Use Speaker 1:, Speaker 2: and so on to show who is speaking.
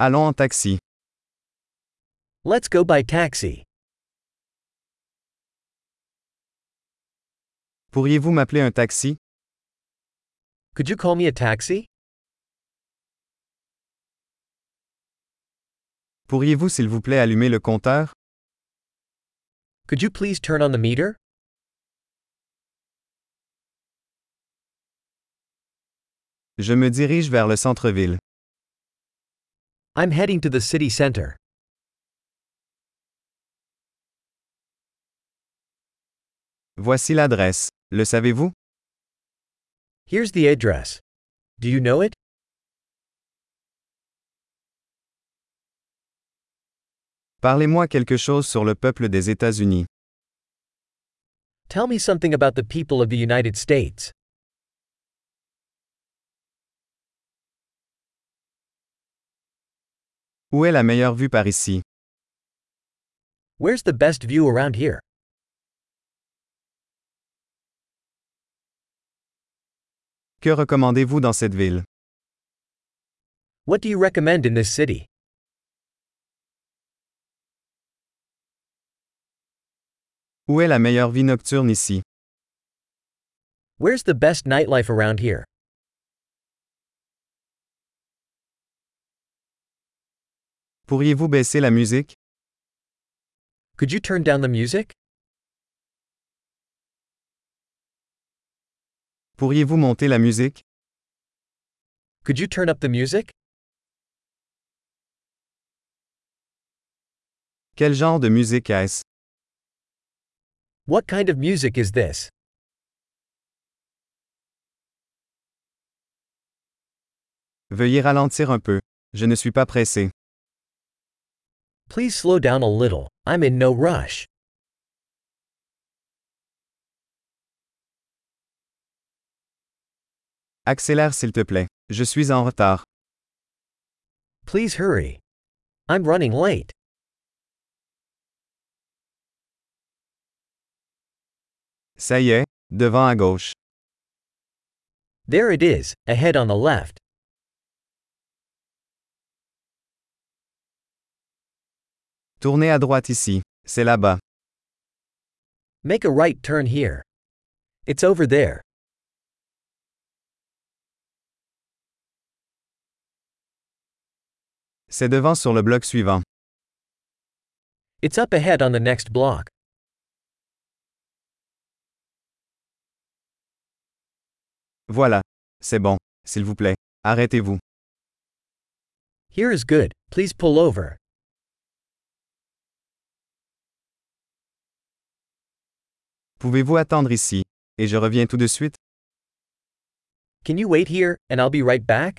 Speaker 1: Allons en taxi.
Speaker 2: Let's go by taxi.
Speaker 1: Pourriez-vous m'appeler un taxi?
Speaker 2: Could you call me a taxi?
Speaker 1: Pourriez-vous s'il vous plaît allumer le compteur?
Speaker 2: Could you please turn on the meter?
Speaker 1: Je me dirige vers le centre-ville.
Speaker 2: I'm heading to the city center.
Speaker 1: Voici l'adresse. Le savez-vous?
Speaker 2: Here's the address. Do you know it?
Speaker 1: Parlez-moi quelque chose sur le peuple des États-Unis.
Speaker 2: Tell me something about the people of the United States.
Speaker 1: Où est la meilleure vue par ici?
Speaker 2: Where's the best view around here?
Speaker 1: Que recommandez-vous dans cette ville?
Speaker 2: What do you recommend in this city?
Speaker 1: Où est la meilleure vie nocturne ici?
Speaker 2: Where's the best nightlife around here?
Speaker 1: Pourriez-vous baisser la musique?
Speaker 2: Could you turn down the music?
Speaker 1: Pourriez-vous monter la musique?
Speaker 2: Could you turn up the music?
Speaker 1: Quel genre de musique est-ce?
Speaker 2: What kind of music is this?
Speaker 1: Veuillez ralentir un peu. Je ne suis pas pressé.
Speaker 2: Please slow down a little. I'm in no rush.
Speaker 1: Accélère s'il te plaît. Je suis en retard.
Speaker 2: Please hurry. I'm running late.
Speaker 1: Ça y est, devant à gauche.
Speaker 2: There it is, ahead on the left.
Speaker 1: Tournez à droite ici. C'est là-bas.
Speaker 2: Make a right turn here. It's over there.
Speaker 1: C'est devant sur le bloc suivant.
Speaker 2: It's up ahead on the next block.
Speaker 1: Voilà. C'est bon. S'il vous plaît, arrêtez-vous.
Speaker 2: Here is good. Please pull over.
Speaker 1: Pouvez-vous attendre ici? Et je reviens tout de suite?
Speaker 2: Can you wait here, and I'll be right back?